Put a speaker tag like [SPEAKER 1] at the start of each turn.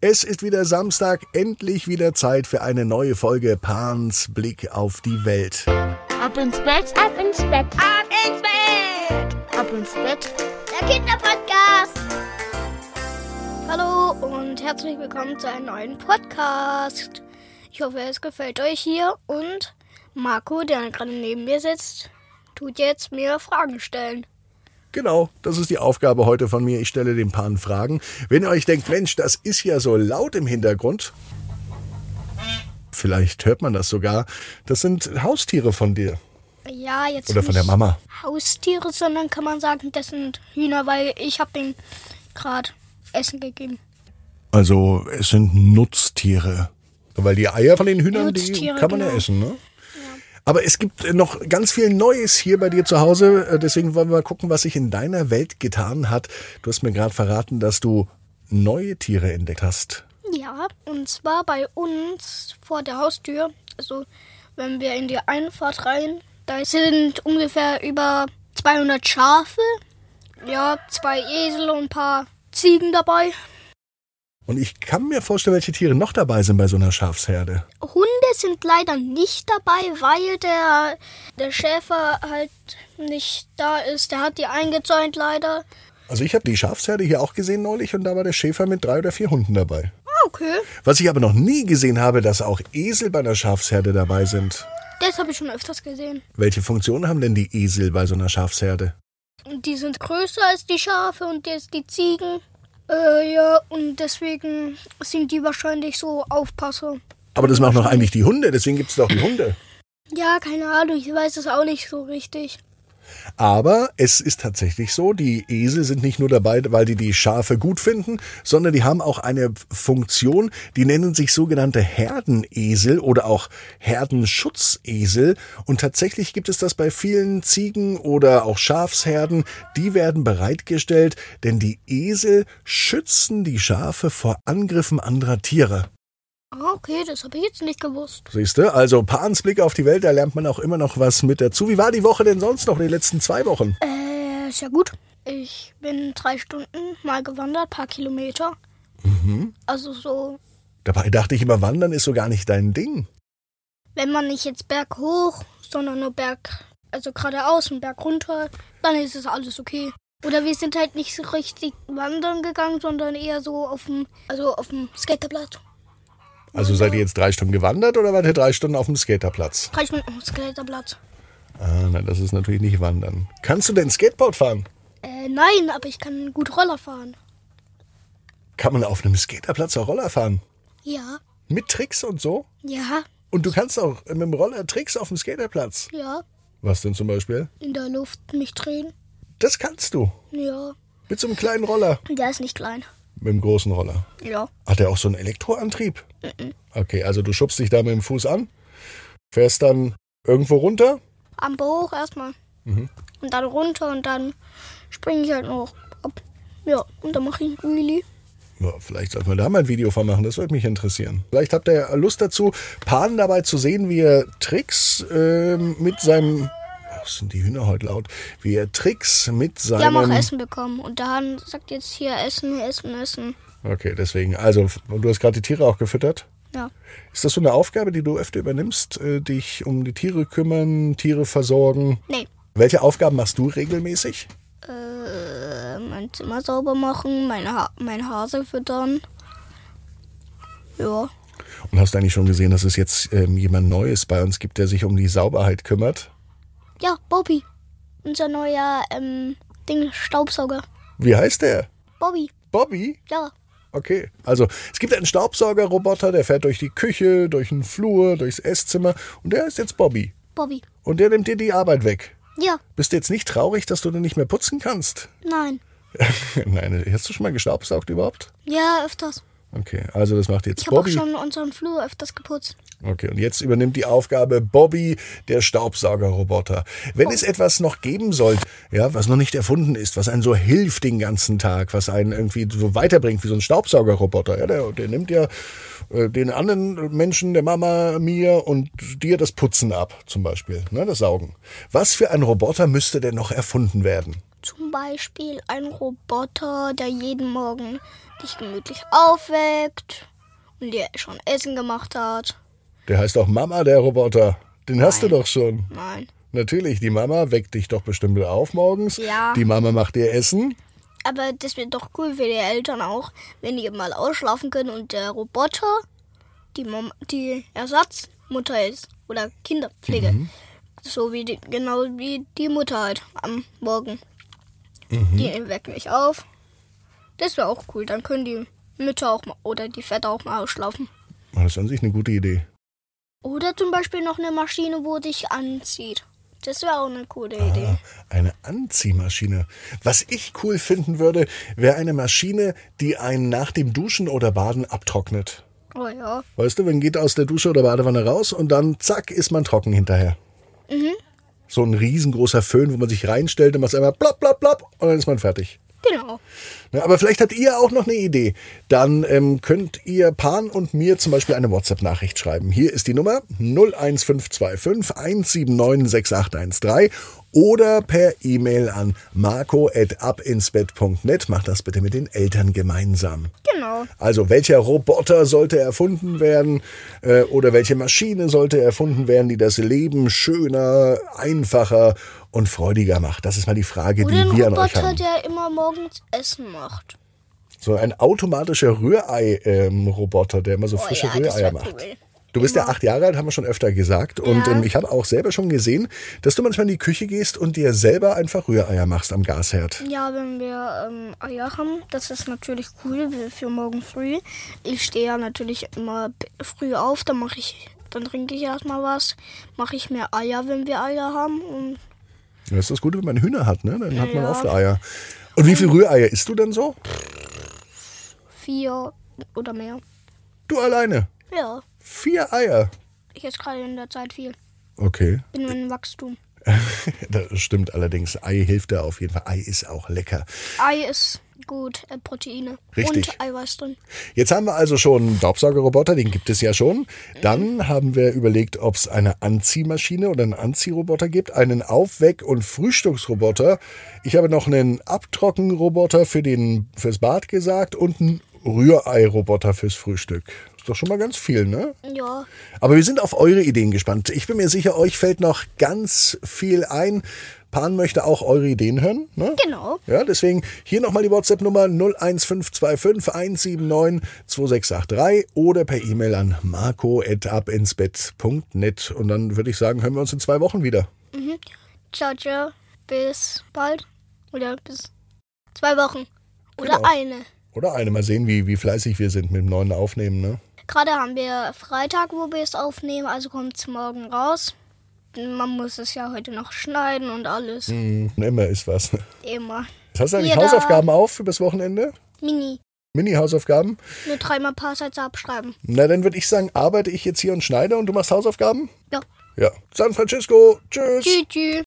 [SPEAKER 1] Es ist wieder Samstag, endlich wieder Zeit für eine neue Folge Pans Blick auf die Welt.
[SPEAKER 2] Ab ins Bett,
[SPEAKER 3] Ab ins Bett.
[SPEAKER 4] Ab ins Bett!
[SPEAKER 2] ab ins Bett,
[SPEAKER 4] Der Kinderpodcast! Hallo und herzlich willkommen zu einem neuen Podcast. Ich hoffe, es gefällt euch hier und Marco, der gerade neben mir sitzt, tut jetzt mir Fragen stellen.
[SPEAKER 1] Genau, das ist die Aufgabe heute von mir. Ich stelle dem Pan Fragen. Wenn ihr euch denkt, Mensch, das ist ja so laut im Hintergrund, vielleicht hört man das sogar. Das sind Haustiere von dir
[SPEAKER 4] Ja, jetzt
[SPEAKER 1] oder von der
[SPEAKER 4] nicht
[SPEAKER 1] Mama.
[SPEAKER 4] Haustiere, sondern kann man sagen, das sind Hühner, weil ich habe denen gerade Essen gegeben.
[SPEAKER 1] Also es sind Nutztiere. Weil die Eier von den Hühnern, die
[SPEAKER 4] Nutztiere,
[SPEAKER 1] kann man ja
[SPEAKER 4] genau.
[SPEAKER 1] essen, ne? Aber es gibt äh, noch ganz viel Neues hier bei dir zu Hause. Äh, Deswegen wollen wir mal gucken, was sich in deiner Welt getan hat. Du hast mir gerade verraten, dass du neue Tiere entdeckt hast.
[SPEAKER 4] Ja, und zwar bei uns vor der Haustür. Also, wenn wir in die Einfahrt rein, da sind ungefähr über 200 Schafe. Ja, zwei Esel und ein paar Ziegen dabei.
[SPEAKER 1] Und ich kann mir vorstellen, welche Tiere noch dabei sind bei so einer Schafsherde.
[SPEAKER 4] Hunde sind leider nicht dabei, weil der, der Schäfer halt nicht da ist. Der hat die eingezäunt leider.
[SPEAKER 1] Also ich habe die Schafsherde hier auch gesehen neulich und da war der Schäfer mit drei oder vier Hunden dabei.
[SPEAKER 4] Ah, okay.
[SPEAKER 1] Was ich aber noch nie gesehen habe, dass auch Esel bei einer Schafsherde dabei sind.
[SPEAKER 4] Das habe ich schon öfters gesehen.
[SPEAKER 1] Welche Funktion haben denn die Esel bei so einer Schafsherde?
[SPEAKER 4] Und die sind größer als die Schafe und jetzt die Ziegen. Äh, ja, und deswegen sind die wahrscheinlich so Aufpasser.
[SPEAKER 1] Aber das machen doch eigentlich die Hunde, deswegen gibt es doch die Hunde.
[SPEAKER 4] Ja, keine Ahnung, ich weiß es auch nicht so richtig.
[SPEAKER 1] Aber es ist tatsächlich so, die Esel sind nicht nur dabei, weil die die Schafe gut finden, sondern die haben auch eine Funktion, die nennen sich sogenannte Herdenesel oder auch Herdenschutzesel. Und tatsächlich gibt es das bei vielen Ziegen oder auch Schafsherden. Die werden bereitgestellt, denn die Esel schützen die Schafe vor Angriffen anderer Tiere.
[SPEAKER 4] Ah, okay, das habe ich jetzt nicht gewusst.
[SPEAKER 1] Siehst du, also Pans Blick auf die Welt, da lernt man auch immer noch was mit dazu. Wie war die Woche denn sonst noch, die letzten zwei Wochen?
[SPEAKER 4] Äh, ist ja gut. Ich bin drei Stunden mal gewandert, paar Kilometer. Also so,
[SPEAKER 1] Dabei dachte ich immer, Wandern ist so gar nicht dein Ding.
[SPEAKER 4] wenn man nicht jetzt berghoch, sondern nur berg, also geradeaus und berg runter, dann ist es alles okay. Oder wir sind halt nicht so richtig wandern gegangen, sondern eher so auf dem, also auf dem Skaterplatz.
[SPEAKER 1] Also seid ihr jetzt drei Stunden gewandert oder wart ihr drei Stunden auf dem Skaterplatz?
[SPEAKER 4] Drei Stunden auf dem Skaterplatz.
[SPEAKER 1] Ah, na, das ist natürlich nicht Wandern. Kannst du denn Skateboard fahren?
[SPEAKER 4] Äh, nein, aber ich kann gut Roller fahren.
[SPEAKER 1] Kann man auf einem Skaterplatz auch Roller fahren?
[SPEAKER 4] Ja,
[SPEAKER 1] Mit Tricks und so?
[SPEAKER 4] ja,
[SPEAKER 1] Und du kannst auch mit dem Roller Tricks auf dem Skaterplatz.
[SPEAKER 4] ja.
[SPEAKER 1] Was denn zum Beispiel?
[SPEAKER 4] In der Luft mich drehen.
[SPEAKER 1] Das kannst du.
[SPEAKER 4] Ja.
[SPEAKER 1] Mit so einem kleinen Roller.
[SPEAKER 4] Der ist nicht klein.
[SPEAKER 1] Mit dem großen Roller.
[SPEAKER 4] Ja.
[SPEAKER 1] Hat er auch so einen Elektroantrieb? Okay, also du schubst dich da mit dem Fuß an, fährst dann irgendwo runter.
[SPEAKER 4] Am Bauch erstmal. Und dann runter und dann springe ich halt noch ab. Ja, und dann mache ich einen Wheelie.
[SPEAKER 1] Ja, vielleicht sollten wir da mal ein Video von machen, das würde mich interessieren. Vielleicht habt ihr ja Lust dazu, Pan dabei zu sehen, wie er Tricks ähm, mit seinem. Was sind die Hühner heute laut? Wie er Tricks mit seinem.
[SPEAKER 4] Wir haben auch Essen bekommen. Und dann sagt jetzt hier Essen, Essen, Essen.
[SPEAKER 1] Okay, deswegen. Also, du hast gerade die Tiere auch gefüttert.
[SPEAKER 4] Ja.
[SPEAKER 1] Ist das so eine Aufgabe, die du öfter übernimmst? Äh, dich um die Tiere kümmern, Tiere versorgen?
[SPEAKER 4] Nee.
[SPEAKER 1] Welche Aufgaben machst du regelmäßig?
[SPEAKER 4] Äh, mein Zimmer sauber machen, mein, ha mein Hase füttern. Ja.
[SPEAKER 1] Und hast du eigentlich schon gesehen, dass es jetzt ähm, jemand Neues bei uns gibt, der sich um die Sauberheit kümmert?
[SPEAKER 4] Ja, Bobby. Unser neuer ähm, Ding, Staubsauger.
[SPEAKER 1] Wie heißt der?
[SPEAKER 4] Bobby,
[SPEAKER 1] Bobby?
[SPEAKER 4] ja.
[SPEAKER 1] Okay. Also, es gibt einen Staubsaugerroboter, der fährt durch die Küche, durch den Flur, durchs Esszimmer und der heißt jetzt Bobby.
[SPEAKER 4] Bobby.
[SPEAKER 1] Und der nimmt dir die Arbeit weg.
[SPEAKER 4] Ja,
[SPEAKER 1] Bist du jetzt nicht traurig, dass du dann nicht mehr putzen kannst?
[SPEAKER 4] nein.
[SPEAKER 1] Nein, hast du schon mal gestaubsaugt überhaupt?
[SPEAKER 4] Ja, öfters.
[SPEAKER 1] Okay, also das macht jetzt
[SPEAKER 4] Ich habe auch
[SPEAKER 1] Bobby.
[SPEAKER 4] schon unseren Flur öfters geputzt.
[SPEAKER 1] Okay, und jetzt übernimmt die Aufgabe Bobby, der Staubsaugerroboter.
[SPEAKER 4] Oh.
[SPEAKER 1] Wenn es etwas noch geben sollte, ja, was noch nicht erfunden ist, was einen so hilft den ganzen Tag, was einen irgendwie so weiterbringt wie so ein Staubsaugerroboter, ja, der, der nimmt ja äh, den anderen Menschen, der Mama, mir und dir das Putzen ab, zum Beispiel, ne, das Saugen. Was für ein Roboter müsste denn noch erfunden werden?
[SPEAKER 4] Zum Beispiel ein Roboter, der jeden Morgen dich gemütlich aufweckt und dir schon Essen gemacht hat.
[SPEAKER 1] Der heißt doch Mama, der Roboter. Den hast du doch schon.
[SPEAKER 4] Nein.
[SPEAKER 1] Natürlich, die Mama weckt dich doch bestimmt auf morgens.
[SPEAKER 4] Ja.
[SPEAKER 1] Die Mama macht dir Essen.
[SPEAKER 4] Aber das wird doch cool für die Eltern auch, wenn die mal ausschlafen können und der Roboter die, Mom die Ersatzmutter ist oder Kinderpflege. So wie die, genau wie die Mutter halt am Morgen. Die weckt mich auf. Das wäre auch cool. Dann können die Mütter auch mal oder die Väter auch mal ausschlafen.
[SPEAKER 1] Ah, Das ist an sich eine gute Idee.
[SPEAKER 4] Oder zum Beispiel noch eine Maschine, wo dich anzieht. Das wäre auch eine coole Idee.
[SPEAKER 1] Eine Anziehmaschine. Was ich cool finden würde, wäre eine Maschine, die einen nach dem Duschen oder Baden abtrocknet.
[SPEAKER 4] Oh ja.
[SPEAKER 1] Weißt du, man geht aus der Dusche oder Badewanne raus und dann zack, ist man trocken hinterher. So ein riesengroßer Föhn, wo man sich reinstellt und macht einmal plopp, plopp, plopp und dann ist man fertig.
[SPEAKER 4] Genau.
[SPEAKER 1] Ja, Ne, aber vielleicht habt ihr auch noch eine Idee. Dann ähm, könnt ihr Pan und mir zum Beispiel eine WhatsApp-Nachricht schreiben. Hier ist die Nummer 01525 179 6813 oder per E-Mail an marco.abinsbett.net. Macht das bitte mit den Eltern gemeinsam.
[SPEAKER 4] Genau.
[SPEAKER 1] Also welcher Roboter sollte erfunden werden äh, oder welche Maschine sollte erfunden werden, die das Leben schöner, einfacher und freudiger macht? Das ist mal die Frage,
[SPEAKER 4] Oder ein
[SPEAKER 1] die wir an euch haben.
[SPEAKER 4] Roboter, der immer morgens Essen macht.
[SPEAKER 1] So ein automatischer Rührei-Roboter, der immer so frische
[SPEAKER 4] Oh ja, das
[SPEAKER 1] Rühreier
[SPEAKER 4] wär
[SPEAKER 1] macht.
[SPEAKER 4] cool. Genau.
[SPEAKER 1] Du bist ja acht Jahre alt, haben wir schon öfter gesagt. Und
[SPEAKER 4] Ja.
[SPEAKER 1] ähm, ich habe auch selber schon gesehen, dass du manchmal in die Küche gehst und dir selber einfach Rühreier machst am Gasherd.
[SPEAKER 4] Ja, wenn wir ähm, Eier haben, das ist natürlich cool für- für morgen früh. Ich stehe ja natürlich immer b- früh auf, dann mache ich, dann trinke ich erstmal was, mache ich mir Eier, wenn wir Eier haben. um Und
[SPEAKER 1] Das ist das Gute, wenn man Hühner hat, ne? Dann hat man
[SPEAKER 4] Ja.
[SPEAKER 1] oft Eier. Und wie viel Rühreier isst du denn so?
[SPEAKER 4] vier oder mehr.
[SPEAKER 1] Du alleine.
[SPEAKER 4] Ja,
[SPEAKER 1] Vier Eier.
[SPEAKER 4] ich esse gerade in der Zeit viel.
[SPEAKER 1] Okay.
[SPEAKER 4] Bin im Wachstum.
[SPEAKER 1] das stimmt allerdings. Ei hilft da auf jeden Fall. Ei ist auch lecker.
[SPEAKER 4] Ei ist gut, äh, Proteine
[SPEAKER 1] Richtig.
[SPEAKER 4] und Eiweiß drin.
[SPEAKER 1] Jetzt haben wir also schon einen Staubsaugerroboter, den gibt es ja schon. Dann haben wir überlegt, ob es eine Anziehmaschine oder einen Anziehroboter gibt, einen Aufweck- und Frühstücksroboter. Ich habe noch einen Abtrockenroboter für den fürs Bad gesagt und einen Rührei-Roboter fürs Frühstück. Ist doch schon mal ganz viel, ne?
[SPEAKER 4] Ja,
[SPEAKER 1] Aber wir sind auf eure Ideen gespannt. Ich bin mir sicher, euch fällt noch ganz viel ein. Pan möchte auch eure Ideen hören, ne?
[SPEAKER 4] genau.
[SPEAKER 1] Ja, deswegen hier nochmal die WhatsApp-Nummer 01525 179 2683 oder per E-Mail an marco.abinsbett.net. Und dann würde ich sagen, hören wir uns in zwei Wochen wieder.
[SPEAKER 4] Ciao, ciao. Bis bald. Oder bis zwei Wochen. Oder
[SPEAKER 1] Genau.
[SPEAKER 4] eine.
[SPEAKER 1] Oder eine, mal sehen, wie, wie fleißig wir sind mit dem neuen Aufnehmen. Ne?
[SPEAKER 4] Gerade haben wir Freitag, wo wir es aufnehmen, also kommt es morgen raus. Man muss es ja heute noch schneiden und alles.
[SPEAKER 1] Und immer ist was.
[SPEAKER 4] Immer.
[SPEAKER 1] Hast du eigentlich
[SPEAKER 4] Jeder.
[SPEAKER 1] Hausaufgaben auf für das Wochenende?
[SPEAKER 4] Mini.
[SPEAKER 1] Mini-Hausaufgaben?
[SPEAKER 4] Nur dreimal ein paar Sätze abschreiben.
[SPEAKER 1] Na, dann würde ich sagen, arbeite ich jetzt hier und schneide und du machst Hausaufgaben?
[SPEAKER 4] Ja.
[SPEAKER 1] Ja. San Francisco. Tschüss.
[SPEAKER 4] Tschüss. tschüss.